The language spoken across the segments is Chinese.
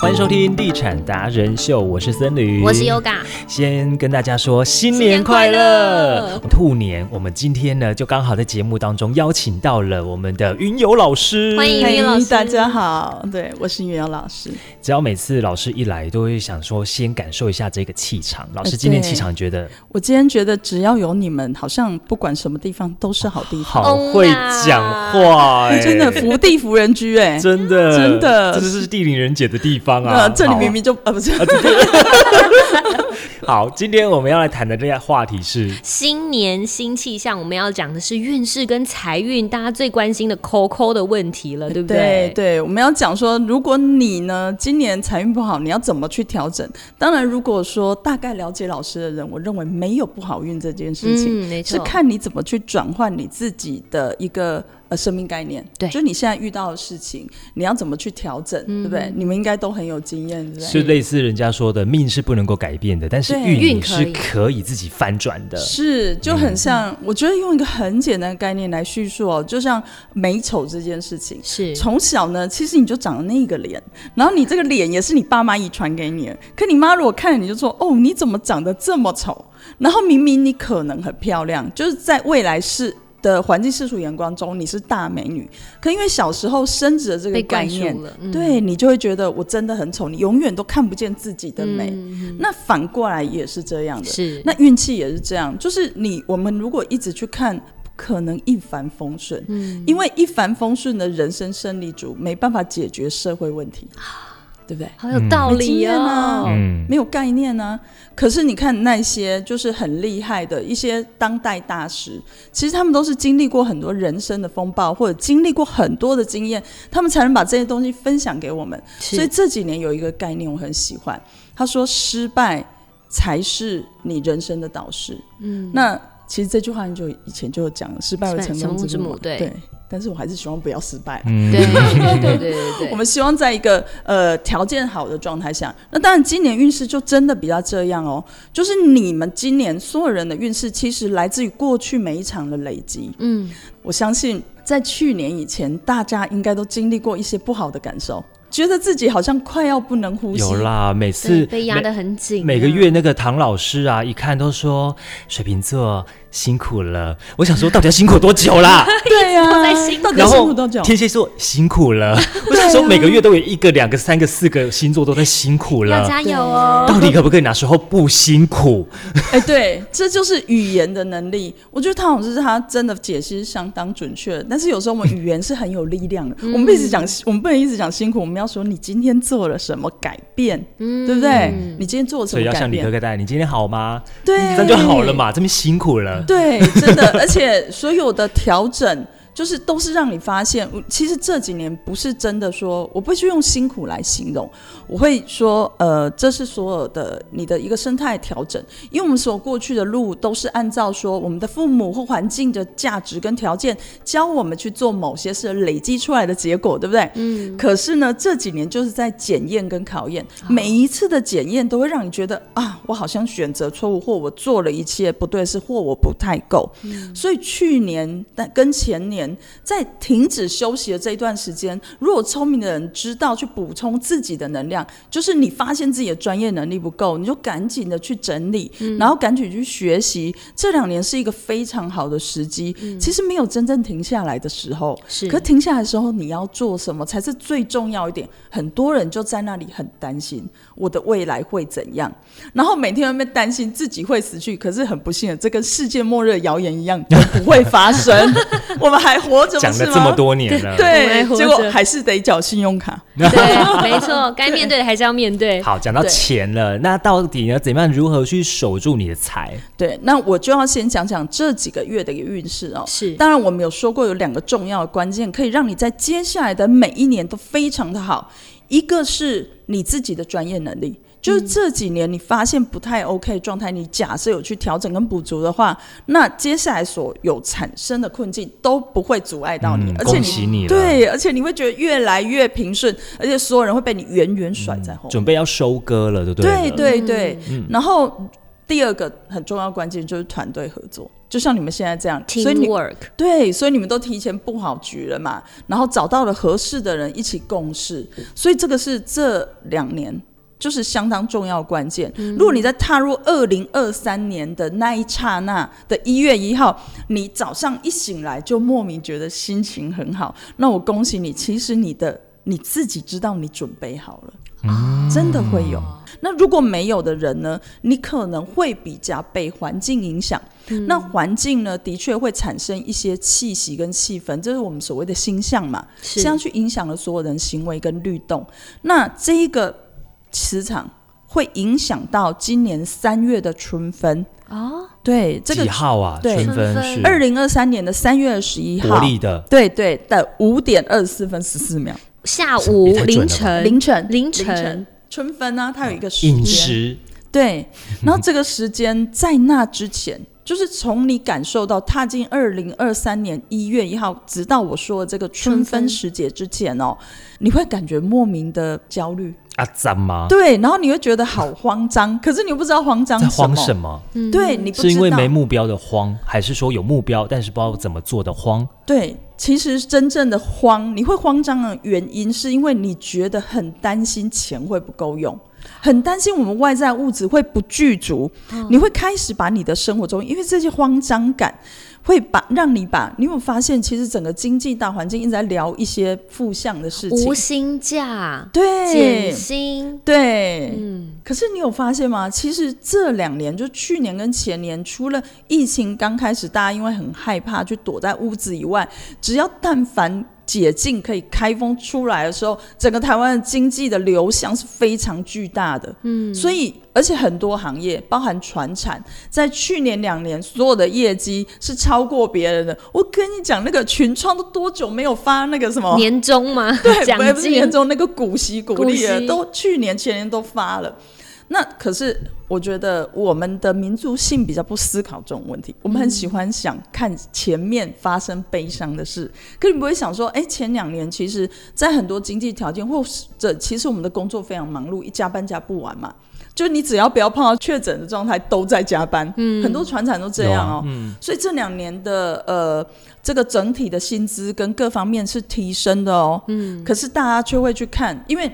欢迎收听《地产达人秀》，我是森驴，我是 Yoga。先跟大家说新年年快快乐乐，兔年！我们今天呢，就刚好在节目当中邀请到了我们的云游老师，欢迎嘿云老师大家好，对我是云瑶老师。只要每次老师一来，都会想说先感受一下这个气场。老师哎今天对气场觉得我今天觉得只要有你们，好像不管什么地方都是好地方，好会讲话、哎，真的福地福人居哎、真的真的这就是地灵人杰的地方啊！呃，这里好明明就呃不是， 好，今天我们要来谈的这个话题是新年新气象，我们要讲的是运势跟财运，大家最关心的抠抠的问题了，对不对对？对，我们要讲说，如果你呢今年财运不好，你要怎么去调整？当然，如果说大概了解老师的人，我认为没有不好运这件事情，嗯，没是错，看你怎么去转换你自己的一个呃生命概念。对就你现在遇到的事情，你要怎么去调整，对不对？你们应该都很有经验，对不对？是类似人家说的命是不能够改变的，但是对运你运是可以可以自己翻转的。是，就很嗯像，我觉得用一个很简单的概念来叙述哦，就像美丑这件事情。是从小呢，其实你就长了那个脸，然后你这个脸也是你爸妈遗传给你的。可你妈如果看了你就说：“哦，你怎么长得这么丑？”然后明明你可能很漂亮，就是在未来世的环境世俗眼光中你是大美女，可因为小时候升值的这个被概灌念输，了，嗯，对你就会觉得我真的很丑，你永远都看不见自己的美。嗯那反过来也是这样的，是那运气也是这样，就是你我们如果一直去看，不可能一帆风顺，因为一帆风顺的人生胜利组没办法解决社会问题，对不对？好有道没经理验啊哦。嗯，没有概念呢、可是你看那些就是很厉害的一些当代大师，其实他们都是经历过很多人生的风暴，或者经历过很多的经验，他们才能把这些东西分享给我们。所以是这几年有一个概念我很喜欢，他说失败才是你人生的导师。嗯，那其实这句话很久以前就讲了，失败为失败成成功功之之母母嘛。对嗯但是我还是希望不要失败。对 对对对对对，我们希望在一个呃条件好的状态下，那当然今年运势就真的比较这样哦，就是你们今年所有人的运势其实来自于过去每一场的累积。嗯我相信在去年以前，大家应该都经历过一些不好的感受，觉得自己好像快要不能呼吸。有啦，每次对，被压得很紧啊，每个月那个唐老师啊，一看都说水瓶座辛苦了。我想说，到底要辛苦多久啦？对呀、在辛苦到底然辛后苦多久？天蝎座辛苦了。我想说，每个月都有一个、两个、三个、四个星座都在辛苦要了。加油哦。到底可不可以哪时候不辛苦？哎，对，这就是语言的能力。我觉得唐老师他真的解析相当准确，但是有时候我们语言是很有力量的。我们不一直讲，我们不能一直讲辛苦，我们要说你今天做了什么改变，对不对？你今天做了什所以么要改像理科变？科带，你今天好吗？对，这样就好了。嘛，这边辛苦了。对，真的， 而且所有的调整。就是都是让你发现，我其实这几年不是真的说，我不去用辛苦来形容，我会说，呃，这是所有的你的一个生态调整，因为我们所过去的路都是按照说我们的父母或环境的价值跟条件教我们去做某些事，累积出来的结果，对不对？嗯。可是呢，这几年就是在检验跟考验，每一次的检验都会让你觉得啊，我好像选择错误，或我做了一切不对的事，或我不太够。所以去年但跟前年在停止休息的这一段时间，如果聪明的人知道去补充自己的能量，就是你发现自己的专业能力不够，你就赶紧的去整理，然后赶紧去学习。这两年是一个非常好的时机，其实没有真正停下来的时候。是可停下来的时候，你要做什么才是最重要一点？很多人就在那里很担心我的未来会怎样，然后每天在那边担心自己会死去。可是很不幸的，这跟世界末日的谣言一样，都不会 发生。我们还活着，讲不了是这么吗？多年了，我们还对，活结着果还是得缴信用卡。对， 没错，该面对的还是要面对。好，讲到对钱了，那到底呢？怎么样如何去守住你的财？对，那我就要先讲讲这几个月的一个运势哦。是当然我们有说过有两个重要的关键，可以让你在接下来的每一年都非常的好。一个是你自己的专业能力，嗯就是这几年你发现不太 OK 的状态，你假设有去调整跟补足的话，那接下来所有产生的困境都不会阻碍到你，嗯哦而且恭喜你你了，，对，而且你会觉得越来越平顺，而且所有人会被你远远甩在后面。准备要收割了，对不对对？对对，然后第二个很重要关键就是团队合作。就像你们现在这样，所以你 teamwork，对，所以你们都提前布好局了嘛，然后找到了合适的人一起共事，所以这个是这两年就是相当重要的关键。如果你在踏入二零二三年的那一刹那的一月一号，你早上一醒来就莫名觉得心情很好，那我恭喜你，其实你的你自己知道你准备好了。真的会有。那如果没有的人呢，你可能会比较被环境影响。那嗯环境呢，的确会产生一些气息跟气氛，这是我们所谓的星象嘛，是这样去影响了所有人行为跟律动。那这一个磁场会影响到今年三月的春分。哦，对，这个几号啊？对春分春是分二零二三年的三月十一国号，历的，对对的五点二十四分十四秒下午也太准了吧凌晨凌晨呃凌晨春分呢、它有一个时饮间食对，然后这个时间在那之前， 就是从你感受到踏进二零二三年一月一号，直到我说的这个春春分分时节之前哦，你会感觉莫名的焦虑，啊，怎么？对，然后你会觉得好慌张，可是你又不知道慌张在什么，慌什么？嗯对你不知道是因为没目标的慌，还是说有目标但是不知道怎么做的慌？对，其实真正的慌，你会慌张的原因，是因为你觉得很担心钱会不够用，很担心我们外在物质会不具足，你会开始把你的生活中，因为这些慌张感，会把让你把，你有没有发现，其实整个经济大环境一直在聊一些负向的事情无，薪假、减对。薪，对，嗯，可是你有发现吗？其实这两年，就去年跟前年，除了疫情刚开始，大家因为很害怕，就躲在屋子以外，只要但凡解禁可以开封出来的时候，整个台湾的经济的流向是非常巨大的。嗯，所以而且很多行业，包含船产，在去年两年所有的业绩是超过别人的。我跟你讲，那个群创都多久没有发那个什么年终吗？哦 对，奖不是不是金年终那个股息股利股了，息都去年前年都发了。那可是我觉得我们的民族性比较不思考这种问题，我们很喜欢想看前面发生悲伤的事，可你不会想说，哎，前两年其实，在很多经济条件或者其实我们的工作非常忙碌，一加班加不完嘛。就你只要不要碰到确诊的状态，都在加班。嗯，很多船厂都这有样啊哦。嗯，所以这两年的呃，这个整体的薪资跟各方面是提升的哦。嗯，可是大家却会去看，因为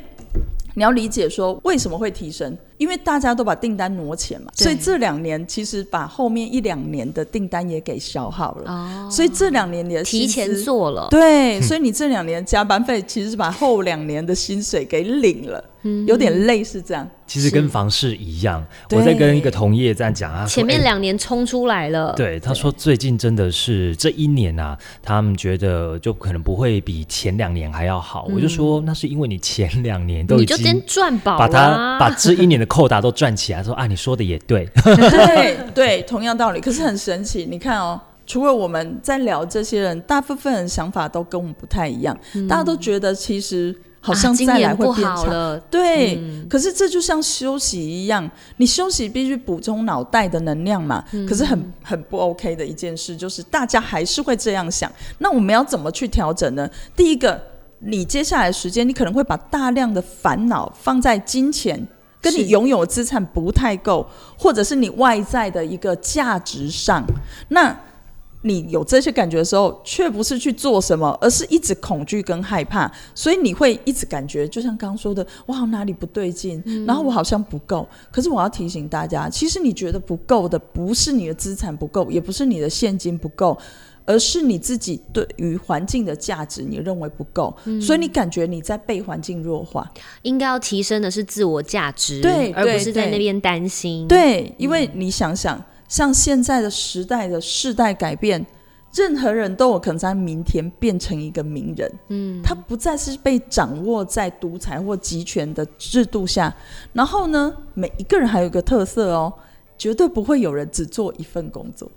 你要理解说为什么会提升，因为大家都把订单挪钱嘛，对所以这两年其实把后面一两年的订单也给消耗了，哦，所以这两年你的薪提资前做了，对，所以你这两年加班费其实是把后两年的薪水给领了，嗯有点类似这样。其实是跟房市一样，对我在跟一个同业这样讲啊，前面两。两年冲出来了，对，他说最近真的是这一年啊，他们觉得就可能不会比前两年还要好。我就说那是因为你前两年都嗯你已就经先赚饱把了它啊，把这一年的扣打都赚起来，说啊你说的也 对，对对，同样道理。可是很神奇，你看哦，除了我们在聊这些人，大部分人想法都跟我们不太一样，大家都觉得其实好嗯啊像今再来年会不变好差。了，嗯对，可是这就像休息一样，你休息必须补充脑袋的能量嘛。嗯可是很很不 OK 的一件事，就是大家还是会这样想。那我们要怎么去调整呢？第一个，你接下来的时间，你可能会把大量的烦恼放在金钱。跟是你拥有的资产不太够，或者是你外在的一个价值上，那你有这些感觉的时候，却不是去做什么，而是一直恐惧跟害怕，所以你会一直感觉，就像刚刚说的，我好像哪里不对劲，然后我好像不够。可是我要提醒大家，其实你觉得不够的，不是你的资产不够，也不是你的现金不够。而是你自己对于环境的价值，你认为不够，所以你感觉你在被环境弱化。应该要提升的是自我价值，对而不对是在对那边担心，，对，因为你想想，像现在的时代的世代改变，任何人都有可能在明天变成一个名人。嗯，他不再是被掌握在独裁或集权的制度下。然后呢，每一个人还有一个特色哦，绝对不会有人只做一份工作。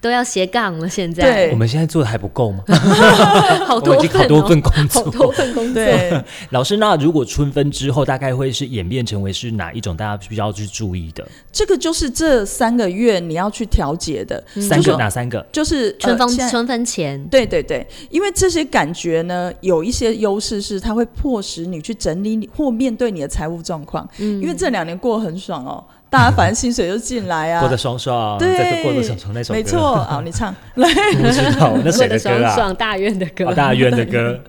都要斜杠了，现在对我们现在做的还不够吗？ 好我们多已经好份多哦，份工好作。多份工作，对，老师，那如果春分之后，大概会是演变成为是哪一种？大家需要去注意的 这个就是这三个月你要去调节的，嗯三就个是哪三个？就是 春呃风现在春分前，对对对，因为这些感觉呢，有一些优势是它嗯会迫使你去整理你或面对你的财务状况。因为这两年过得很爽哦，大家反正薪水就进来 啊过得。爽爽，对这个过得爽爽那首歌，啊没错，，好，你唱。 不知道那谁过歌得爽啊？爽，大院的歌好，大渊的歌，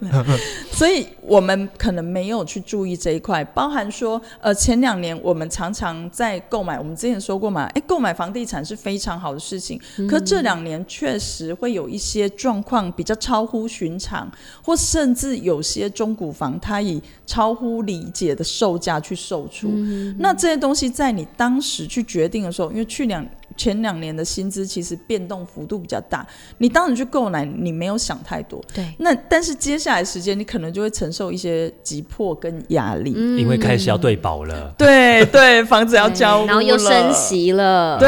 所以我们可能没有去注意这一块，包含说，呃，前两年我们常常在购买，我们之前说过嘛，哎，购买房地产是非常好的事情，可这两年确实会有一些状况比较超乎寻常，或甚至有些中古房它以超乎理解的售价去售出，那这些东西在你当时去决定的时候，因为去两前两年的薪资其实变动幅度比较大，你当时去购买，你没有想太多， 对，那但是接下来时间，你可能就会承受一些急迫跟压力。嗯因为开始要对保了，对对，房子要交屋嗯然后又了升，息了，啊又升息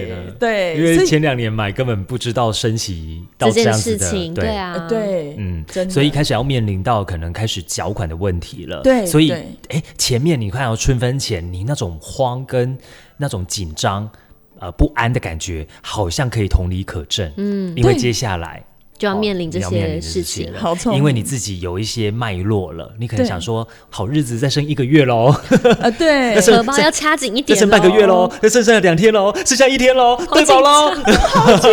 对了对，因所为以前两年买根本不知道升息到这这样件子事的，情，对对。啊，呃，对，嗯真，的所以一开始要面临到可能开始缴款的问题了。对所以对哎，前面你看到、春分前，你那种慌跟那种紧张、呃不安的感觉，好像可以同理可证。嗯，因为对接下来就要哦面临这你要面些临事事情情了。好聪明因为你自己有一些脉络了，你可能对想说，好日子再剩一个月喽，呃，对那，是荷包要掐紧一再点，哦剩半个月喽，，再剩下两天喽，剩下一天喽，对保 喽。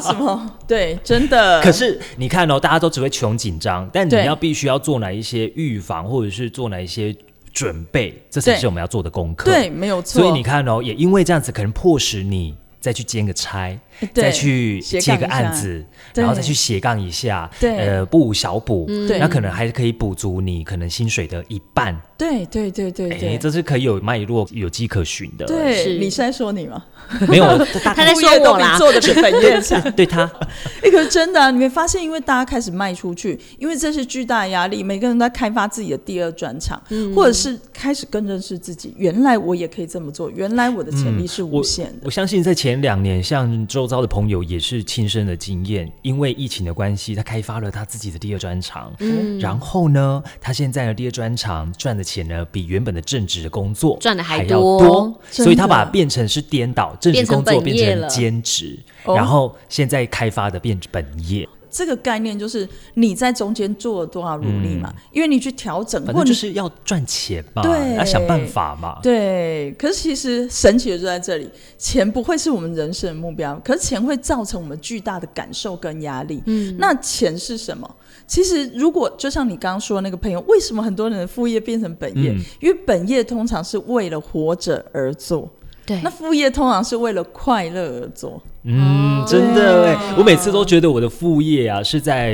什么？对，真的。可是你看哦，大家都只会穷紧张，但你对要必须要做哪一些预防，或者是做哪一些准备，这才对是我们要做的功课。对，，没有错。所以你看哦，也因为这样子，可能迫使你再去兼个差，对再去斜接杠个一案下子，对然后再去斜杠一下，对嗯呃，不无小补，对那可能还可以补足你可能薪水的一半，对对对对哎，对这是可以有脉络、有迹可循的。，是对，你是在说你吗？没 有大他在说副业都我啦比做的比本 业强。对他 哎、可是真的、啊，你没发现？因为大家开始卖出去，因为这是巨大的压力，每个人都在开发自己的第二专长，或者是开始更认识自己。原来我也可以这么做，原来我的潜力是无限的。嗯我相信在前两年，像周遭的朋友也是亲身的经验，因为疫情的关系，他开发了他自己的第二专长。嗯，然后呢，他现在的第二专长赚的钱呢，比原本的正职的工作赚得还还要多真的所以他把它变成是颠倒，正职工作变成本变业成了兼职，哦然后现在开发的变本业，这个概念就是你在中间做了多少努力嘛？因为你去调整，嗯反或正你就是要赚钱嘛，对要想办法嘛。对，可是其实神奇的就在这里，钱不会是我们人生的目标，可是钱会造成我们巨大的感受跟压力。嗯，那钱是什么？其实如果就像你刚刚说的那个朋友，为什么很多人的副业变成本业？嗯因为本业通常是为了活着而做，对那，副业通常是为了快乐而做。哦嗯，真的哎、我每次都觉得我的副业啊是在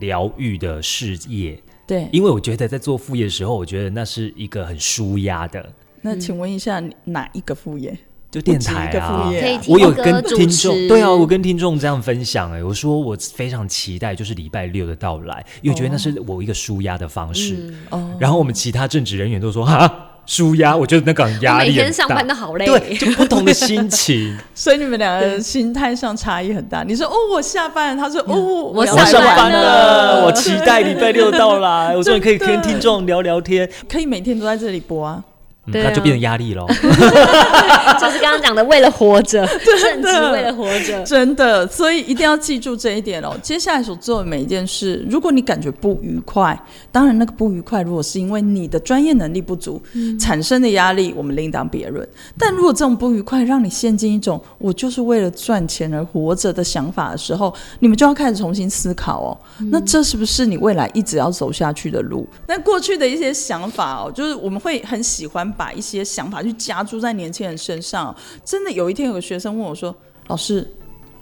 疗愈的事业，对，因为我觉得在做副业的时候，我觉得那是一个很舒压的，那请问一下，你哪一个副业？就电台啊不止一个副业啊可以提我有歌跟主听持众，对啊，我跟听众这样分享、哎，我说我非常期待就是礼拜六的到来，因为我觉得那是我一个舒压的方式。哦，然后我们其他正职人员都说哈。舒压，我觉得那个压我力每天很上大班都好累对，就不同的心情。所以你们两个人心态上差异很大。你说哦，我下班了，他说哦，我要我上上班班了了，我期待礼拜六到来，我终于可以真的跟听众聊聊天，可以每天都在这里播啊。嗯对啊那就变成压力喽。就是刚刚讲的，为了活 着，啊正职为了活着，真的，所以一定要记住这一点哦。接下来所做的每一件事，如果你感觉不愉快，当然那个不愉快，如果是因为你的专业能力不足、产生的压力，我们另当别论。但如果这种不愉快让你陷进一种我就是为了赚钱而活着的想法的时候，你们就要开始重新思考哦。那这是不是你未来一直要走下去的路？那过去的一些想法哦，就是我们会很喜欢把一些想法去加注在年轻人身上哦、真的有一天有个学生问我说：“老师，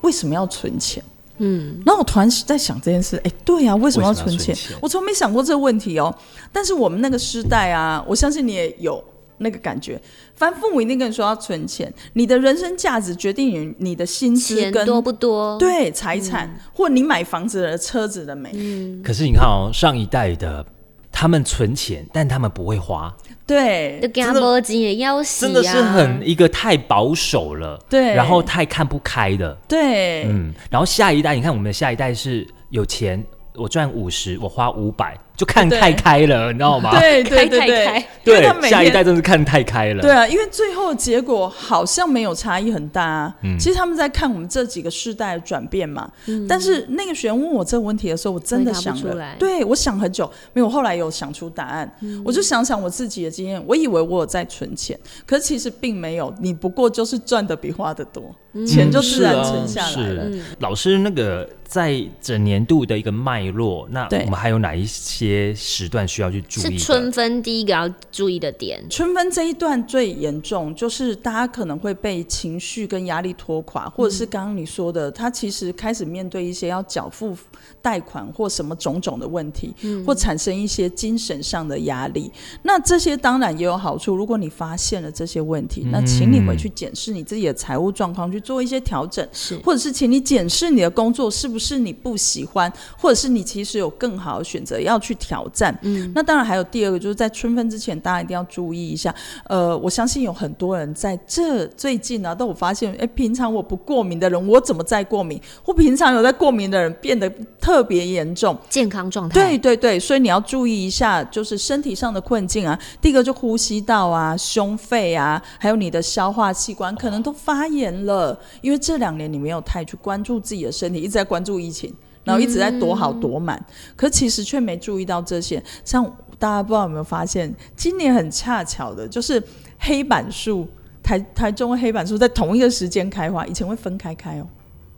为什么要存钱？”嗯，然后我突然在想这件事，哎，对呀、为什么要存为什么钱？要存钱我从没想过这个问题哦。但是我们那个时代啊，我相信你也有那个感觉。反正父母一定跟你说要存钱，你的人生价值决定于你的薪资钱嗯跟多不多？，对财产，或你买房子的、车子的美。嗯可是你看哦，上一代的他们存钱，但他们不会花，对，就给他真的摸金也要洗啊真的是很一个太保守了，对然后太看不开的，嗯对，嗯，然后下一代，你看我们的下一代是有钱，我赚五十，我花五百，就看对太开了，你知道吗？对开对对开对开，，因为他每下一天代真是看太开了。对啊，因为最后的结果好像没有差异很大、啊。其实他们在看我们这几个世代的转变嘛。但是那个学员问我这个问题的时候，我真的嗯回答想不出来嗯了，对我想很久，没有。我后来有想出答案，我就想想我自己的经验，我以为我有在存钱，可是其实并没有。你不过就是赚的比花的多，钱就自然存下来了。嗯嗯是啊老师那个在整年度的一个脉络，那对我们还有哪一些时段需要去注是意春的？分第一个要注意的点。春分这一段最严重，就是大家可能会被情绪跟压力拖垮，或者是刚刚你说的，他其实开始面对一些要缴付贷款或什么种种的问题，或产生一些精神上的压力。那这些当然也有好处，如果你发现了这些问题，那请你回去检视你自己的财务状况，去做一些调整。是或者是请你检视你的工作是不是你不喜欢，或者是你其实有更好的选择要去挑战。嗯，那当然还有第二个，就是在春分之前，大家一定要注意一下。呃，我相信有很多人在这最近呢、啊，都有发现，哎，平常我不过敏的人，我怎么再过敏？或平常有在过敏的人变得特别严重。健康状态，对对对，所以你要注意一下，就是身体上的困境啊。第一个就呼吸道啊、胸肺啊，还有你的消化器官可能都发炎了，因为这两年你没有太去关注自己的身体，一直在关注疫情。然后一直在躲好躲满，可其实却没注意到这些。像大家不知道有没有发现，今年很恰巧的就是黑板树，台台中的黑板树在同一个时间开花，以前会分开开哦。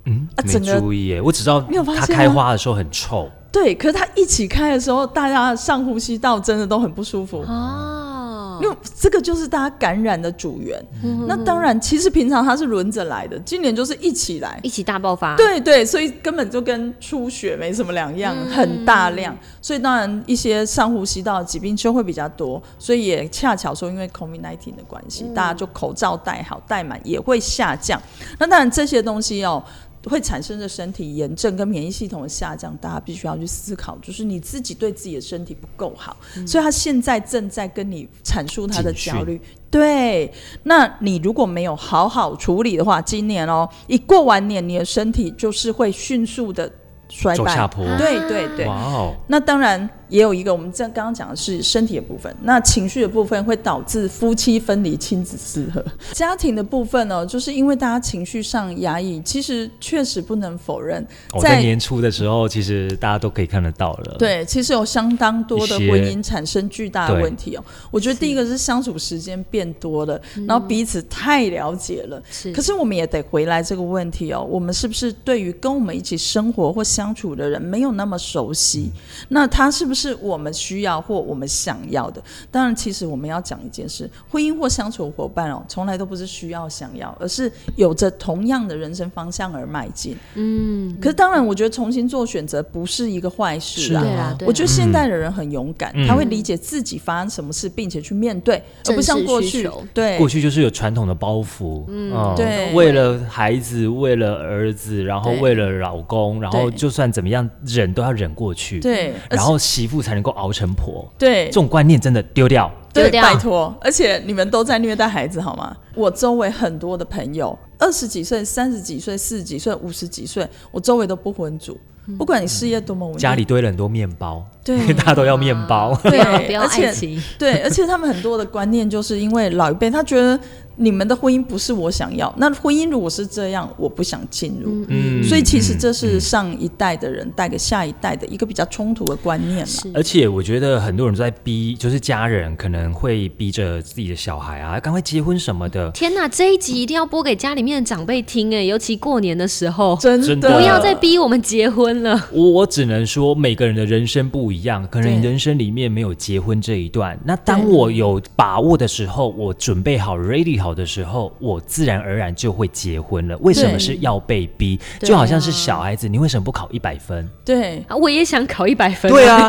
嗯，啊没整个注意耶，我只知道你有发它现啊开吗花的时候很臭，对，可是它一起开的时候，大家的上呼吸道真的都很不舒服。哦，因为这个就是大家感染的主源。那当然，其实平常它是轮着来的，今年就是一起来。一起大爆发，对对，所以根本就跟出血没什么两样，嗯很大量。所以当然一些上呼吸道的疾病就会比较多，所以也恰巧说因为 COVID-19 的关系，嗯大家就口罩戴好戴满也会下降。那当然这些东西哦。会产生的身体炎症跟免疫系统的下降，大家必须要去思考，就是你自己对自己的身体不够好，所以他现在正在跟你阐述他的嗯警讯焦虑。对，那你如果没有好好处理的话，今年哦，一过完年，你的身体就是会迅速的衰走下败。坡。对对对哇，哦，那当然也有一个，我们这刚刚讲的是身体的部分，那情绪的部分会导致夫妻分离、亲子失和。家庭的部分呢、就是因为大家情绪上压抑，其实确实不能否认，我哦在年初的时候，其实大家都可以看得到了。，对，其实有相当多的一些婚姻产生巨大的对问题哦。我觉得第一个是相处时间变多了，然后彼此太了解了。是可是我们也得回来这个问题哦，我们是不是对于跟我们一起生活或相处的人没有那么熟悉？那他是不是我们需要或我们想要的？当然，其实我们要讲一件事：婚姻或相处伙伴哦，从来都不是需要想要，而是有着同样的人生方向而迈进。嗯，可是当然，我觉得重新做选择不是一个坏事啦。是对啊，对啊我觉得现代的人很勇敢，嗯他会理解自己发生什么事，并且去面对，正视而不像过需去求。对过去就是有传统的包袱，嗯对为了孩子，为了儿子，然后对为了老公，然后对就算怎么样忍都要忍过去，，对，而然且后媳妇才能够熬成婆，对这种观念真的丢掉。丢对，掉拜托，而且你们都在虐待孩子好吗？我周围很多的朋友，二十几岁、三十几岁、四十几岁、五十几岁，我周围都不婚族，嗯不管你事业多么稳定，家里堆了很多面包， 对大家都要面包。不要对啊不要而且爱情，对，而且他们很多的观念就是因为老一辈，他觉得你们的婚姻不是我想要，那婚姻如果是这样，我不想进入。嗯所以其实这是上一代的人带给下一代的一个比较冲突的观念嘛。 而且我觉得很多人都在逼，就是家人可能会逼着自己的小孩啊，赶快结婚什么的。天哪，这一集一定要播给家里面的长辈听哎，尤其过年的时候，真的，真的不要再逼我们结婚了。我我只能说，每个人的人生不一样，可能对人生里面没有结婚这一段。那当我有把握的时候，我准备好、ready 好的时候，我自然而然就会结婚了。为什么对是要被逼？对啊就好像是小孩子，你为什么不考一百分？对。啊我也想考一百分，对，啊。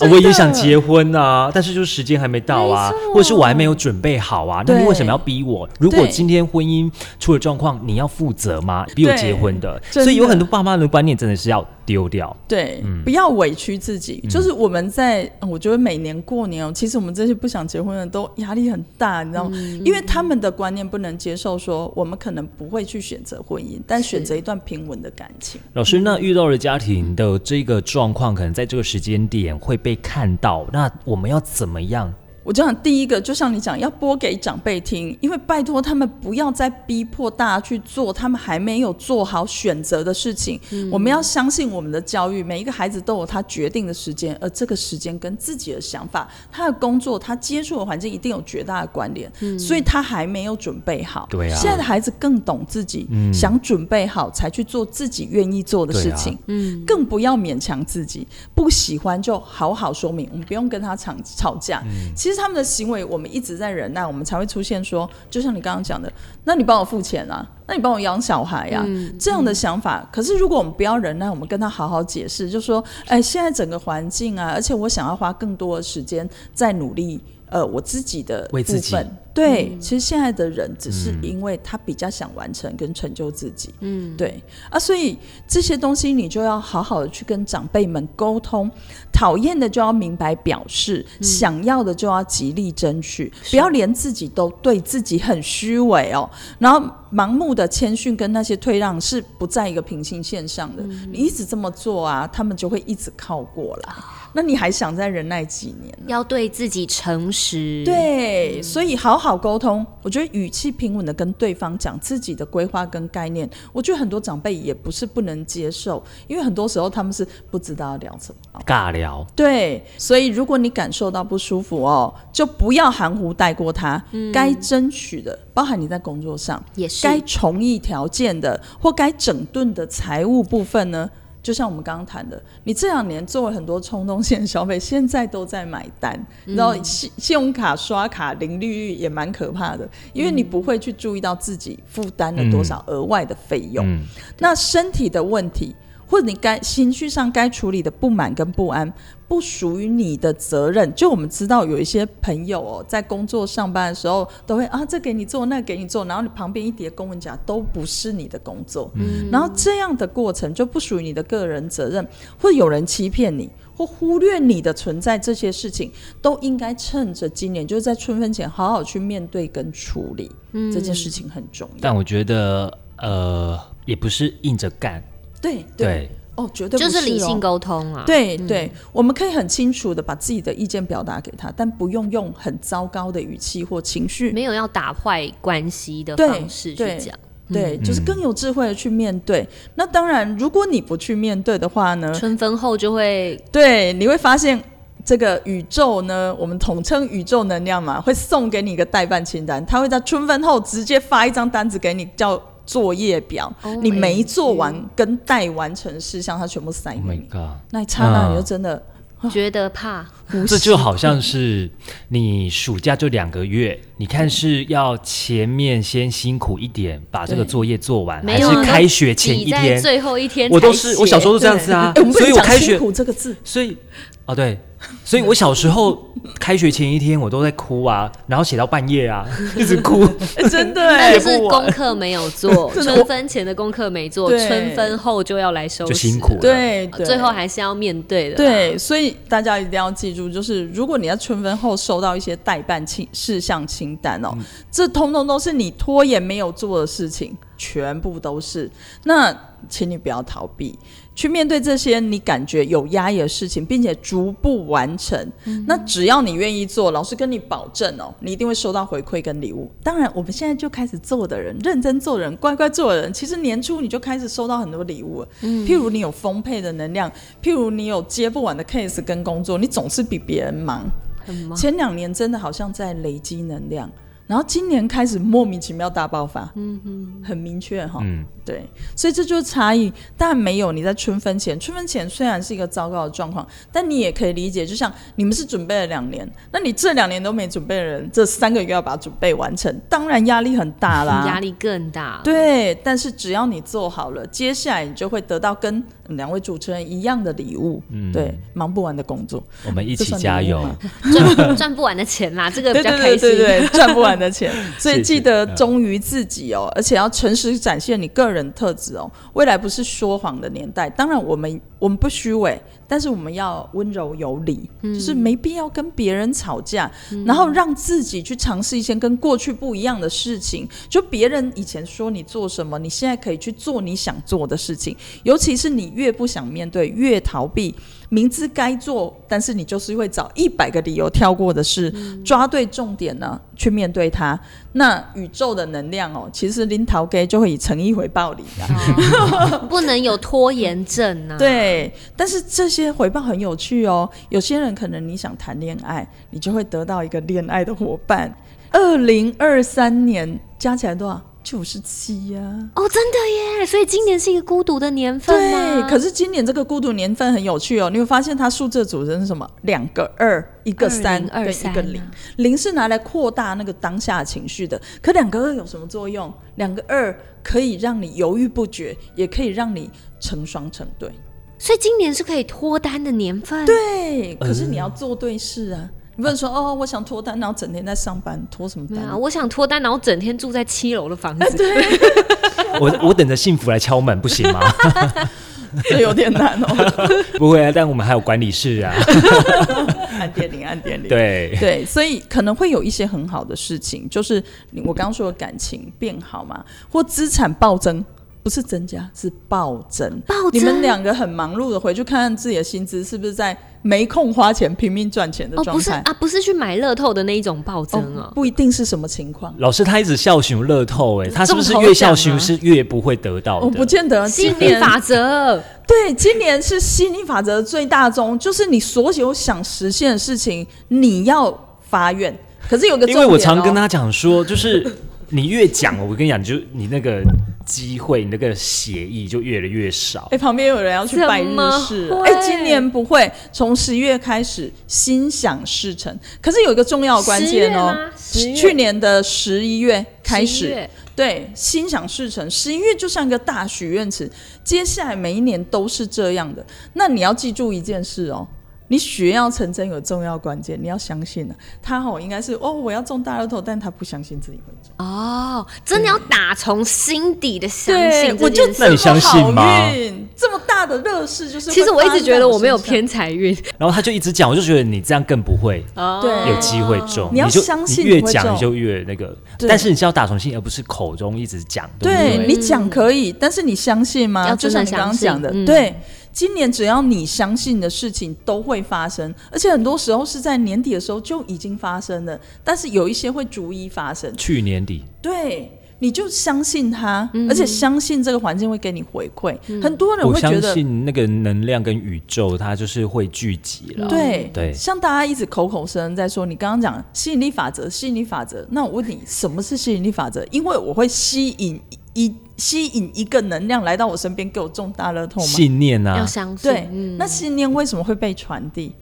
我也想结婚啊，但是就是时间还没到啊，或者是我还没有准备好啊。那你对为什么要逼我？如果对今天婚姻出了状况，你要负责吗？逼我对结婚的，真所以有的很多爸妈的观念真的是要丢掉。对，不要委屈自己。就是我们在，呃我觉得每年过年哦，其实我们这些不想结婚的人都压力很大，你知道吗？因为他们的观念不能接受说，我们可能不会去选择婚姻，但选择一段平稳的感情。老师，那遇到了家庭的这个状况，可能在这个时间点会被看到，那我们要怎么样？我就想第一个，就像你讲，要播给长辈听，因为拜托他们不要再逼迫大家去做他们还没有做好选择的事情。我们要相信我们的教育，每一个孩子都有他决定的时间，而这个时间跟自己的想法、他的工作、他接触的环境一定有绝大的关联，所以他还没有准备好。对啊现在的孩子更懂自己，嗯想准备好才去做自己愿意做的事情。对啊嗯，更不要勉强自己，不喜欢就好好说明，嗯我们不用跟他吵吵架。嗯其实他们的行为，我们一直在忍耐，我们才会出现说，就像你刚刚讲的，那你帮我付钱啊，那你帮我养小孩呀、啊，这样的想法。可是如果我们不要忍耐，我们跟他好好解释，就说，哎，现在整个环境啊，而且我想要花更多的时间在努力。呃，我自己的为部自己分对，其实现在的人只是因为他比较想完成跟成就自己，嗯，对啊，所以这些东西你就要好好的去跟长辈们沟通，讨厌的就要明白表示，想要的就要极力争取，不要连自己都对自己很虚伪哦，然后盲目的谦逊跟那些退让是不在一个平行线上的，你一直这么做啊，他们就会一直靠过来，那你还想再忍耐几年？要对自己诚实。，对，所以好好沟通，我觉得语气平稳的跟对方讲自己的规划跟概念，我觉得很多长辈也不是不能接受，因为很多时候他们是不知道要聊什么。尬聊，对，所以如果你感受到不舒服哦，就不要含糊带过它，该争取的，包含你在工作上也是该重议条件的，或该整顿的财务部分呢。就像我们刚刚谈的，你这两年做了很多冲动性的消费，现在都在买单，然后信信用卡刷卡零利率也蛮可怕的，因为你不会去注意到自己负担了多少额外的费用。嗯，那身体的问题，或者你该情绪上该处理的不满跟不安，不属于你的责任。就我们知道有一些朋友哦，在工作上班的时候，都会啊这给你做，那给你做，然后你旁边一叠公文夹都不是你的工作，然后这样的过程就不属于你的个人责任，或有人欺骗你。或忽略你的存在，这些事情都应该趁着今年，就是在春分前，好好去面对跟处理。嗯这件事情很重要。但我觉得呃，也不是硬着干，对对，哦，绝对不就是是理性哦沟通啊。，对对，我们可以很清楚的把自己的意见表达给他，但不用用很糟糕的语气或情绪。没有要打坏关系的对方式去对讲，对，嗯就是更有智慧的去面对。那当然，如果你不去面对的话呢，春分后就会对，你会发现这个宇宙呢，我们统称宇宙能量嘛，会送给你一个代办清单，它会在春分后直接发一张单子给你，叫作业表。 Oh 你 my 没做完跟待完成事项，它全部塞 Oh 给 my 你。 god！那一刹那，嗯你就真的觉得怕，呼这吸就好像是你暑假就两个月，你看是要前面先辛苦一点把这个对作业做完，没还有是啊开学前挤一在天？最后一天才写，我都是我小时候都这样子啊哎，我们不所以能我讲开辛学，苦这个字，所以啊对，所以我小时候开学前一天我都在哭啊，然后写到半夜啊，一直 哭。哎真的但哎是啊功课没有 做，春分前的功课没做，对春分后就要来收拾，就辛苦了对，对最后还是要面对的。，对，所以大家一定要记住，就是如果你在春分后收到一些代办清事项清单哦，这通通都是你拖延没有做的事情，全部都是。那请你不要逃避，去面对这些你感觉有压抑的事情，并且逐步完成。那只要你愿意做，老师跟你保证哦，你一定会收到回馈跟礼物。当然，我们现在就开始做的人，认真做的人，乖乖做的人，其实年初你就开始收到很多礼物了。譬如你有丰沛的能量，譬如你有接不完的 case 跟工作，你总是比别人忙。很忙。前两年真的好像在累积能量，然后今年开始莫名其妙大爆发，嗯嗯，很明确哈，嗯，对，所以这就是差异。但没有你在春分前，春分前虽然是一个糟糕的状况，但你也可以理解，就像你们是准备了两年，那你这两年都没准备的人，这三个月要把它准备完成，当然压力很大啦，压力更大，对，但是只要你做好了，接下来你就会得到跟两位主持人一样的礼物。对，忙不完的工作，我们一这起算加礼物油。吗赚赚不完的钱啦，这个比对较对开对心。对对，赚不完 的钱，所是以是记得嗯忠于自己哦，而且要诚实展现你个人特质哦。未来不是说谎的年代，当然我们我们不虚伪，但是我们要温柔有礼，嗯就是没必要跟别人吵架，然后让自己去尝试一些跟过去不一样的事情。就别人以前说你做什么，你现在可以去做你想做的事情，尤其是你越不想面对，越逃避。明知该做，但是你就是会找一百个理由跳过的事，抓对重点呢，去面对它。那宇宙的能量哦，其实林桃给就会以诚意回报你的。不能有拖延症啊。，对，但是这些回报很有趣哦。有些人可能你想谈恋爱，你就会得到一个恋爱的伙伴。二零二三年加起来多少？九十七呀。哦，真的耶，所以今年是一个孤独的年份对，吗？可是今年这个孤独年份很有趣哦，你会发现它数字的组成是什么？两个二，一个三，跟2023一个零啊。零是拿来扩大那个当下的情绪的，可两个二有什么作用？两个二可以让你犹豫不决，也可以让你成双成对。所以今年是可以脱单的年份。对，可是你要做对事啊。你不能说哦，我想脱单，然后整天在上班，脱什么没单有？啊，我想脱单，然后整天住在七楼的房子。啊 我我等着幸福来敲门，不行 吗？这有点难 哦。不会啊，但我们还有管理室啊。 按电铃，按电铃。 对，对，所以可能会有一些很好的事情，就是你我刚刚说的感情变好嘛，或资产暴增，不是增加，是暴增。暴你们增两个很忙碌的回去看看自己的薪资是不是在没空花钱、拼命赚钱的哦，状不是态。啊，不是去买乐透的那一种暴增哦。不一定是什么情况。老师他一直笑寻乐透、哎，他是不是中头越笑奖寻啊是越不会得哦到我不的？见得，吸今引力年法则，对，今年是吸引力法则的最大宗，就是你所有想实现的事情，你要发愿。可是有个重因点、哦，为我常跟他讲说，就是你越讲，我跟你讲，你就你那个机会，你那个协议就越来越少哎、。旁边有人要去拜日式怎么啊，会哎、今年不会，从十月开始心想事成。可是有一个重要的关键哦， 10月吗10月去年的十一月开11始月，对，心想事成。十一月就像一个大许愿池，接下来每一年都是这样的。那你要记住一件事哦。你许愿要成真有重要关键，你要相信啊。他哦，应该是哦，我要中大乐透，但他不相信自己会中。哦，真的要打从心底的相对信，这我就件事那你相信吗好运这么大的乐事，就是会其实我一发直生觉在得我没有身上偏财运，然后他就一直讲，我就觉得你这样更不会哦对有机会中。你要就相信你越你会讲中你就越那个，对但是你是要打从心，而不是口中一直讲，对对不你对？讲可以，但是你相信吗？要就真的像你刚相刚信讲的，嗯对，今年只要你相信的事情都会发生，而且很多时候是在年底的时候就已经发生了，但是有一些会逐一发生。去年底，对，你就相信它，嗯而且相信这个环境会给你回馈。很多人我会觉相得。信那个能量跟宇宙，它就是会聚集了。对对像大家一直口口声声在说，你刚刚讲吸引力法则，吸引力法则。那我问你，什么是吸引力法则？因为我会吸引一吸引一个能量来到我身边，给我中大乐透吗？信念要啊，相信。对，嗯那信念为什么会被传递？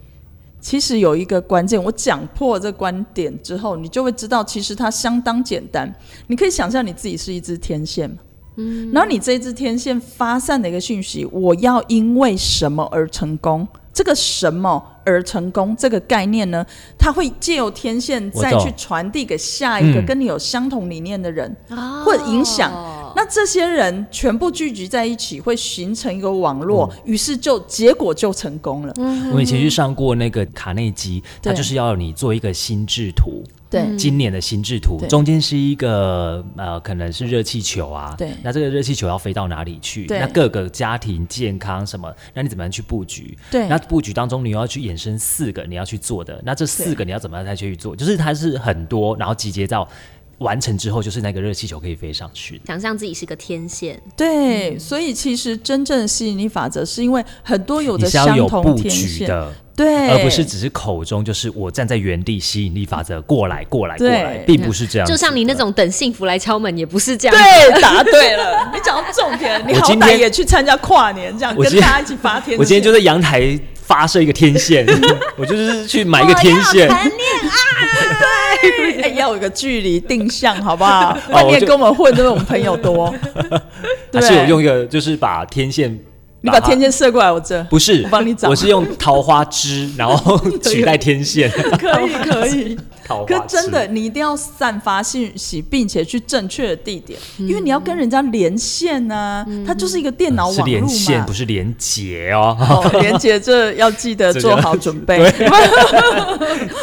其实有一个关键，我讲破这观点之后，你就会知道，其实它相当简单。你可以想象你自己是一支天线嘛，嗯，然后你这一支天线发散的一个讯息，我要因为什么而成功？这个什么而成功这个概念呢，它会借由天线我再懂去传递给下一个嗯跟你有相同理念的人，哦或者影响那这些人全部聚集在一起，会形成一个网络，嗯于、是就结果就成功了。我以前去上过那个卡内基，它对就是要你做一个心智图。对今年的心智图对中间是一个呃，可能是热气球啊，对那这个热气球要飞到哪里去？对那各个家庭健康什么，那你怎么样去布局？对那布局当中你又要去衍生四个你要去做的，那这四个你要怎么样再去做？就是它是很多，然后集结到完成之后，就是那个热气球可以飞上去的。想象自己是个天线，对，所以其实真正的吸引力法则是因为很多有你着是要相有同布天局线，的，对，而不是只是口中就是我站在原地吸引力法则过来过来过来，对并不是这样子就的。像你那种等幸福来敲门，也不是这样。，对，答对了。你讲到重点，你我好今歹天也去参加跨年，这样我跟今大家一起发天线。我今天就在阳台发射一个天线，我就是去买一个天线。 哎、要有一个距离定向，好哎不好？哦半我夜就 跟我们混，都是我们朋友多。还对是有用一个，就是把天线你把它天线射过来我这，不是我帮你找我是用桃花枝，然 后取代天线。可以可以。桃可花枝真的，你一定要散发信息，并且去正确的地点，嗯因为你要跟人家连线呐、它就是一个电脑网嗯是络连线，嘛不。是连结哦。 哦，连接这要记得这个做好准备。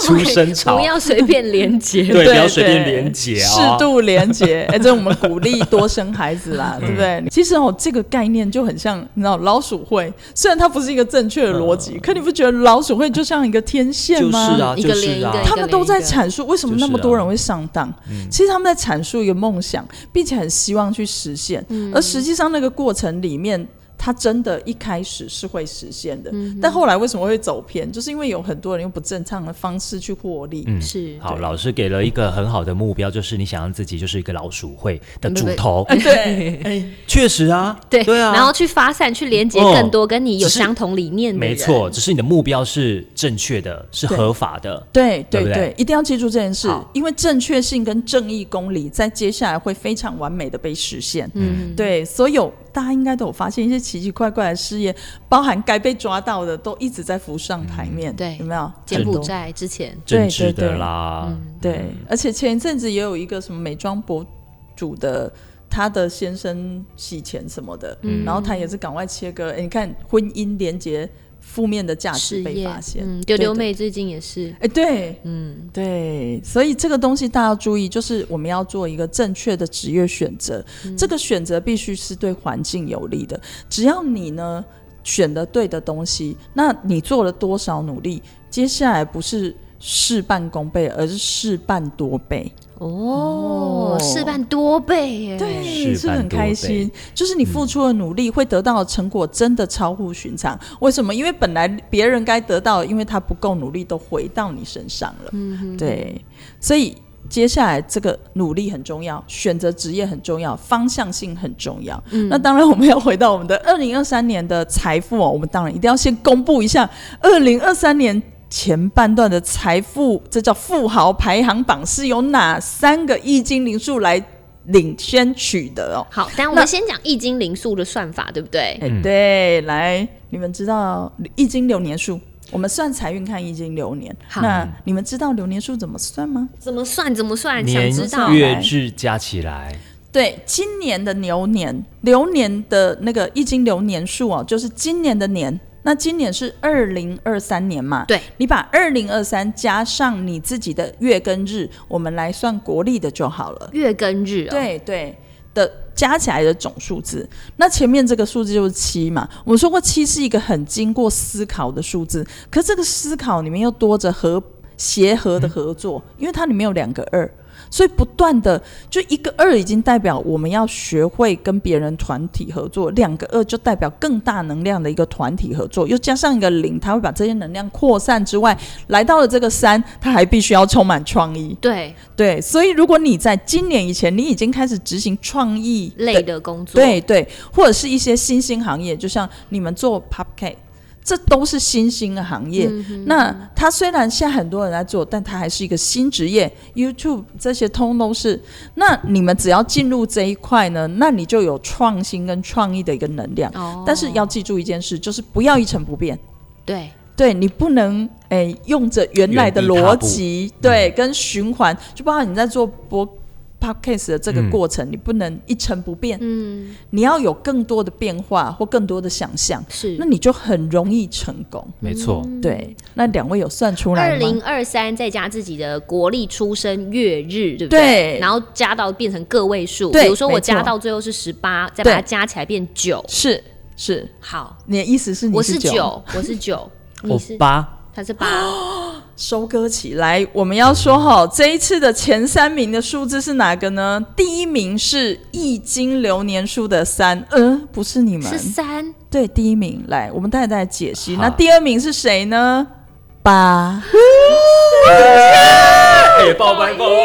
出生潮不，要随便连 接。对，对不要随便对连结适哦。度 连结，哎、这我们鼓励多生孩子啦，嗯对不对？其实哦，这个概念就很像，你知道老鼠会，虽然它不是一个正确的逻辑，可你不觉得老鼠会就像一个天嗯线就是吗？啊，一就个是连啊一个，他们都在阐述为什么那么多人就是啊会上当。其实他们在阐述一个梦想，并且很希望去实现，而实际上那个过程里面。他真的一开始是会实现的，但后来为什么会走偏？就是因为有很多人用不正常的方式去获利。嗯是好，对老师给了一个很好的目标，就是你想让自己就是一个老鼠会的不主不头。对，哎、哦确实啊，对对啊，然后去发散，去连接哦更多跟你有只是相同理念的人。没错，只是你的目标是正确的，是对合法的。对对对不对对一定要记住这件事好，因为正确性跟正义公理在接下来会非常完美的被实现。嗯，对，所有大家应该都有发现一些奇奇怪怪的事业，包含该被抓到的都一直在浮上台面，嗯对有没有？柬埔寨之前，政对治对的对啦，对，而且前一阵子也有一个什么美妆博主的。他的先生洗钱什么的，嗯然后他也是赶快切割。哎，你看婚姻连结负面的价值事啊被业发现，，嗯，丢丢对对妹最近也是，哎，对，嗯，对，所以这个东西大家要注意，就是我们要做一个正确的职业选择，这个选择必须是对环境有利的。只要你呢选的对的东西，那你做了多少努力，接下来不是事半功倍，而是事半多倍。哦哦，事半多倍耶，对，事是半很多开倍嗯心。就是你付出的努力会得到的成果真的超乎寻常。为什么？因为本来别人该得到的，因为他不够努力，都回到你身上了。嗯，对，所以。接下来这个努力很重要，选择职业很重要，方向性很重要。那当然，我们要回到我们的二零二三年的财富哦，我们当然一定要先公布一下二零二三年前半段的财富，这叫富豪排行榜是由哪三个易经灵数来领先取得哦？好，但我们先讲易经灵数的算法，对不对？哎、对，来，你们知道易经流年数？我们算财运看易经流年，好那你们知道流年数怎么算吗？怎么算？怎么算？想年知道？月日加起来，嗯对，今年的牛年，流年的那个易经流年数哦，就是今年的年。那今年是二零二三年嘛？对，你把二零二三加上你自己的月跟日，我们来算国历的就好了。月跟日哦，对对的，加起来的总数字。那前面这个数字就是七嘛，我们说过七是一个很经过思考的数字，可这个思考里面又多着合协和的合作，因为它里面有两个二。所以不断的，就一个二已经代表我们要学会跟别人团体合作，两个二就代表更大能量的一个团体合作，又加上一个零，它会把这些能量扩散之外，来到了这个三，它还必须要充满创意。对对，所以如果你在今年以前，你已经开始执行创意类，的工作，对对，或者是一些新兴行业，就像你们做 p o p cake，这都是新兴的行业。嗯那它虽然现在很多人在做，但它还是一个新职业。YouTube 这些通通是，那你们只要进入这一块呢，那你就有创新跟创意的一个能量。哦，但是要记住一件事，就是不要一成不变。对对你不能诶、用着原来的原地踏逻步嗯辑，对，跟循环，就包括你在做播 podcast 的这个嗯过程，你不能一成不变，嗯，你要有更多的变化或更多的想象，是嗯那。你就很容易成功。没错，对，那两位有算出二来吗零？二三再加自己的国历出生月日，对不对然后加到变成个位数，哎对比如说我没错加到最后是十八，再把它对加起来变九。是是，好，你的意思是你我是九，九，我是九，你我是八他是八，收割起来。我们要说哈，这一次的前三名的数字是哪个呢？第一名是易经流年数的三，呃，不是你们，是三，对，第一名来，我们待会再来解析。好那第二名是谁呢？八， 哎，报班报我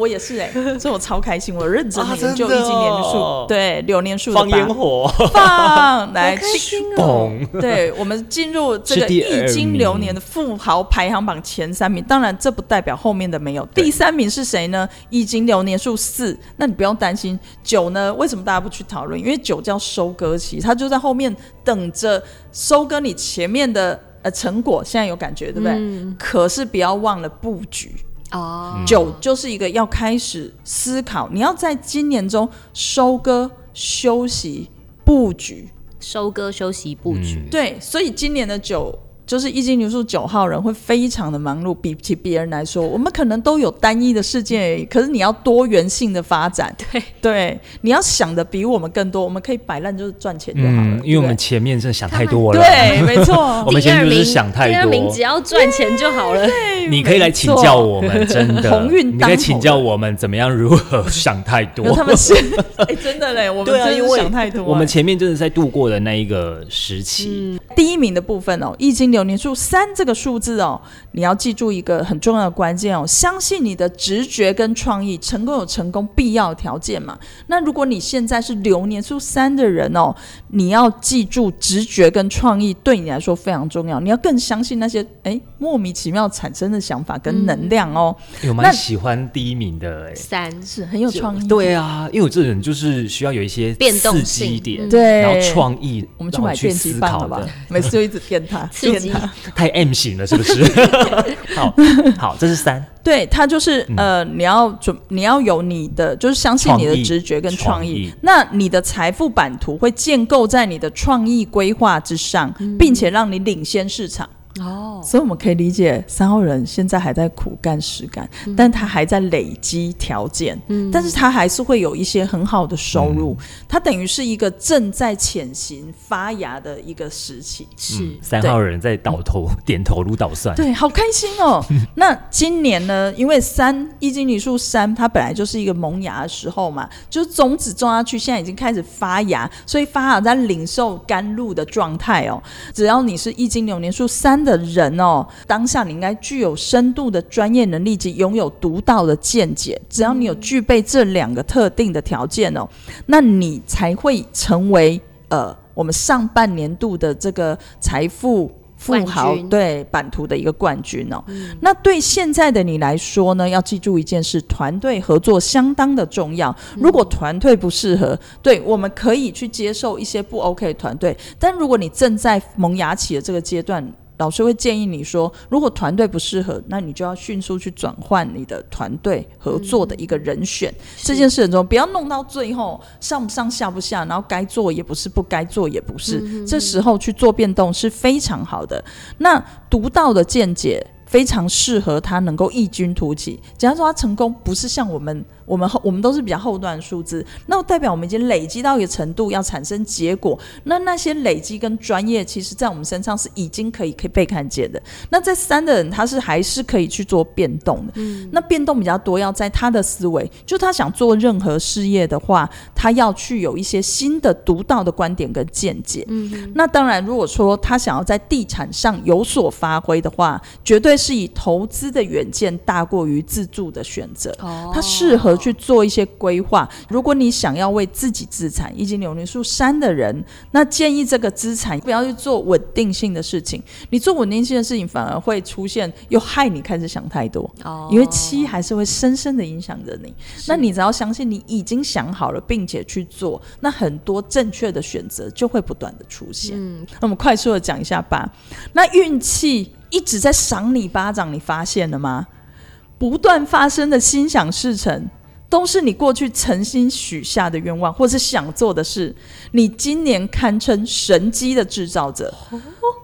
我也 是哎、所以我超开心，我认真啊研究真的一级年龄数，哦对流年数的放吧烟火， 放来开心哦！嘣！对我们进入这是个第二易经流名年的富豪排行榜前三名，当然这不代表后面的没有。第三名是谁呢？易经流年数四，那你不用担心。九呢？为什么大家不去讨论？因为九叫收割期，它就在后面等着收割你前面的呃成果。现在有感觉对不对？可是不要忘了布局。哦，嗯九就是一个要开始思考，你要在今年中收割、休息、布局。收割、休息、布嗯局，对，所以今年的九就是易经流数九号人会非常的忙碌，比起别人来说，我们可能都有单一的事件而已，可是你要多元性的发展，对，对，你要想的比我们更多，我们可以摆烂就是赚钱就好了，嗯，因为我们对前面真的想太多不了。对，对没错我。们第今二天就名是想第太二名多只。要赚钱就好了。 你可以来请教我们，真的，鸿运你当可以头请的教我们怎么样如何想太没多错。他们是， 哎、真的嘞，我们对啊，真因的是为想太多、欸嗯我们前面真的在度过的那一个时期，第一名的部分哦，易经流年数三这个数字哦，你要记住一个很重要的关键哦，相信你的直觉跟创意，成功有成功必要的条件嘛。那如果你现在是流年数三的人哦，你要记住直觉跟创意对你来说非常重要，你要更相信那些哎莫名其妙产生的想法跟能量哦，哎我那蛮喜欢第一名的哎。三，是很有创意。对啊，因为我这人就是需要有一些变动刺性激点，嗯对然后创意，我们去让买去电击思棒好考不好 的，？ 每次就一直电它，刺激电它。太 M 型了是不 是？好好，这是三，对，它就是、嗯呃，你要准，你要有你的，就是相信你的创意直觉跟创意。创意那你的财富版图会建构在你的创意规划之上，并且让你领先市场。哦，所以我们可以理解三号人现在还在苦干实干，但他还在累积条件，但是他还是会有一些很好的收入。嗯他等于是一个正在潜行发芽的一个时期。是嗯，三号人在倒头点头如捣蒜，对，好开心哦！那今年呢？因为三易经理数三，它本来就是一个萌芽的时候嘛，就是种子种下去，现在已经开始发芽，所以发芽在领受甘露的状态哦。只要你是易经流年数三的人哦，当下你应该具有深度的专业能力及拥有独到的见解。只要你有具备这两个特定的条件哦，那你才会成为呃我们上半年度的这个财富富豪冠军对版图的一个冠军哦。那对现在的你来说呢，要记住一件事：团队合作相当的重要。如果团队不适合，对我们可以去接受一些不 OK 的团队，但如果你正在萌芽期的这个阶段。老师会建议你说，如果团队不适合，那你就要迅速去转换你的团队合作的一个人选。这件事很重要，不要弄到最后上不上下不下，然后该做也不是，不该做也不是。这时候去做变动是非常好的。那独到的见解。非常适合他能够异军突起。假如说他成功，不是像我们，我们后我们都是比较后段的数字，那代表我们已经累积到一个程度，要产生结果。那那些累积跟专业，其实在我们身上是已经可以可以被看见的。那在三的人，他是还是可以去做变动的。那变动比较多，要在他的思维，就他想做任何事业的话，他要去有一些新的独到的观点跟见解。嗯，那当然，如果说他想要在地产上有所发挥的话，绝对是以投资的远见大过于自住的选择。哦它适合去做一些规划。如果你想要为自己资产以及扭年数三的人，那建议这个资产不要去做稳定性的事情。你做稳定性的事情，反而会出现又害你开始想太多，哦因为七还是会深深的影响着你。那你只要相信你已经想好了，并且去做，那很多正确的选择就会不断的出现。那我们快速的讲一下吧。那运气一直在赏你巴掌，你发现了吗？不断发生的心想事成，都是你过去诚心许下的愿望，或是想做的事。你今年堪称神机的制造者，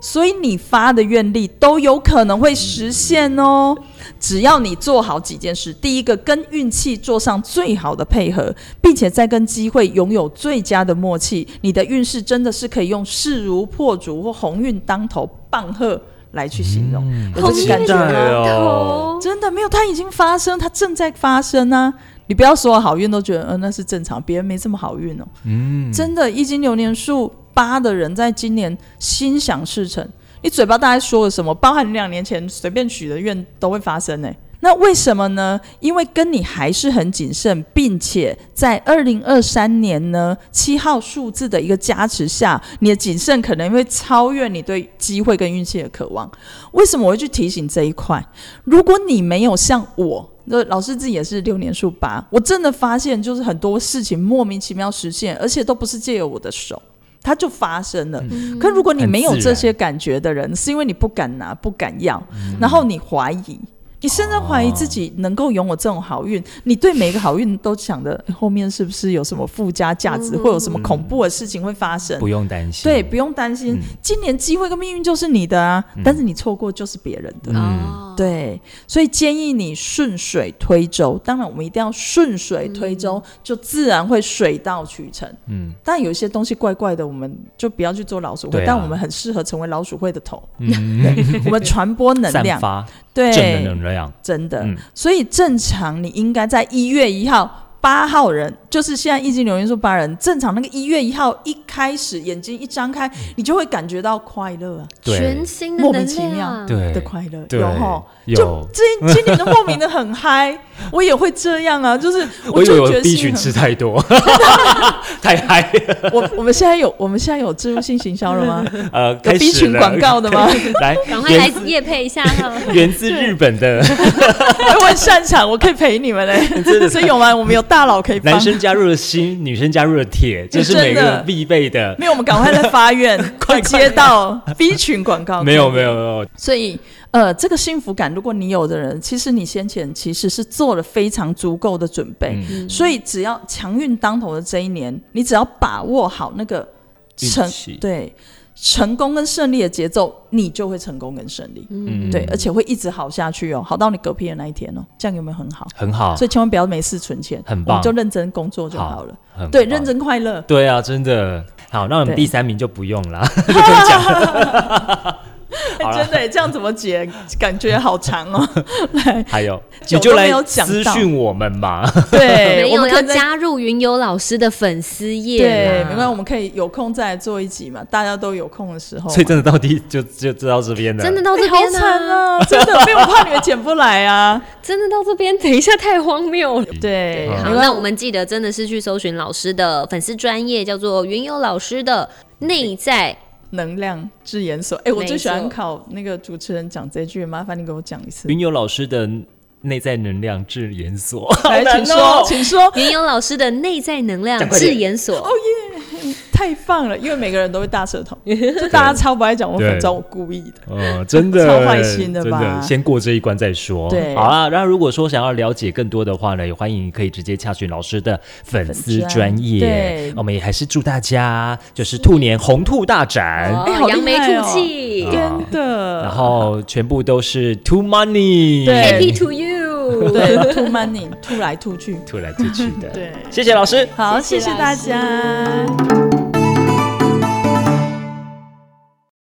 所以你发的愿力都有可能会实现哦。只要你做好几件事，第一个跟运气做上最好的配合，并且再跟机会拥有最佳的默契，你的运势真的是可以用势如破竹或鸿运当头、棒喝来去形容。有好这个期感觉吗期待待哦哦，真的没有，它已经发生，它正在发生啊！你不要所有好运都觉得，嗯、那是正常，别人没这么好运哦。嗯，真的，易经流年数八的人，在今年心想事成。你嘴巴大概说了什么，包含你两年前随便许的愿都会发生呢、欸那为什么呢？因为跟你还是很谨慎，并且在二零二三年呢七号数字的一个加持下，你的谨慎可能会超越你对机会跟运气的渴望。为什么我会去提醒这一块？如果你没有像我。那老师自己也是六年数八，我真的发现就是很多事情莫名其妙实现，而且都不是借由我的手，它就发生了。可如果你没有嗯很自这然嗯些感觉的人，是因为你不敢拿、不敢要，然后你怀疑。你甚至怀疑自己能够拥有这种好运，你对每一个好运都想着哎后面是不是有什么附加价值，会有什么恐怖的事情会发生？嗯不嗯用担心。对，不用担心，今年机会跟命运就是你的啊，嗯但是你错过就是别人的。哦，对，所以建议你顺水推舟。当然，我们一定要顺水推舟，就自然会水到渠成。嗯，但有一些东西怪怪的，我们就不要去做老鼠会。对啊但我们很适合成为老鼠会的头。对， 我们传播嗯能散量，发对，正的能量。真的。嗯所以正常你应该在一月一号。八号人就是现在易经流年数八人，正常那个一月一号一开始眼睛一张开，嗯你就会感觉到快乐啊对全，新的莫能名量，其妙对的快乐，对嗯有吼，就有。今今年都莫名的很 嗨，我也会这样啊，就是我以为就我觉得 B 心群吃很。太 多，太嗨了。我我们现在有我们现在有植入性行销了 吗？呃，有开 B 始群了广告的吗？ 来，赶快来源夜配一下哈。源自日本的哎我很擅长，我可以陪你们嘞。所以有吗？我们有大佬可以帮。男生加入了心，女生加入了铁，这是每个真的人必备的。没有，我们赶快来发愿， 快接到 B 群广告。没有没有没有，所以，呃，这个幸福感，如果你有的人，其实你先前其实是做了非常足够的准备，嗯所以只要强运当头的这一年，你只要把握好那个成运气对成功跟胜利的节奏，你就会成功跟胜利，嗯，对，而且会一直好下去哦，好到你嗝屁的那一天哦，这样有没有很好？很好，所以千万不要没事存钱，很我棒们就认真工作就好好了，很对，棒认。真 快乐。对啊，真的好，那我们对第三名就不用 啦。哎 真的耶，这样怎么解？感觉好长 哦。还有，酒你就都没来有讲私到哦讯我们嘛。对，没我有们要可以在加入云游老师的粉丝页对，啦，没关系，我们可以有空再来做一集嘛，大家都有空的时候嘛。 所以真的到第就就就到这边了。真的到哎这好边惨啊，啊！真的，没有我怕你们剪不来 啊。真的到这边，等一下太荒谬了。对，好，那我们记得真的是去搜寻老师的粉丝专业，叫做云游老师的内在。能量之研所，哎，我没最喜欢错考那个主持人讲这句，麻烦你给我讲一次。云游老师的内在能量治研所，来，请说，哦请说。云游老师的内在能量讲快点智研所，太棒了，因为每个人都会大 舌头，就大家超不爱讲，我对知道我故意 的。呃，真的超坏心的吧真的先过这一关再说。对好啦，那如果说想要了解更多的话呢，也欢迎可以直接洽询老师的粉丝专业。粉专对我们也还是祝大家就是兔年红兔大展，哦哎好厉害哦扬眉吐气啊真然的，后全部都是 to money，对，Happy to you。对，too money，吐来吐去。吐来吐去的。 对谢谢老师。好，谢谢谢谢老大师家。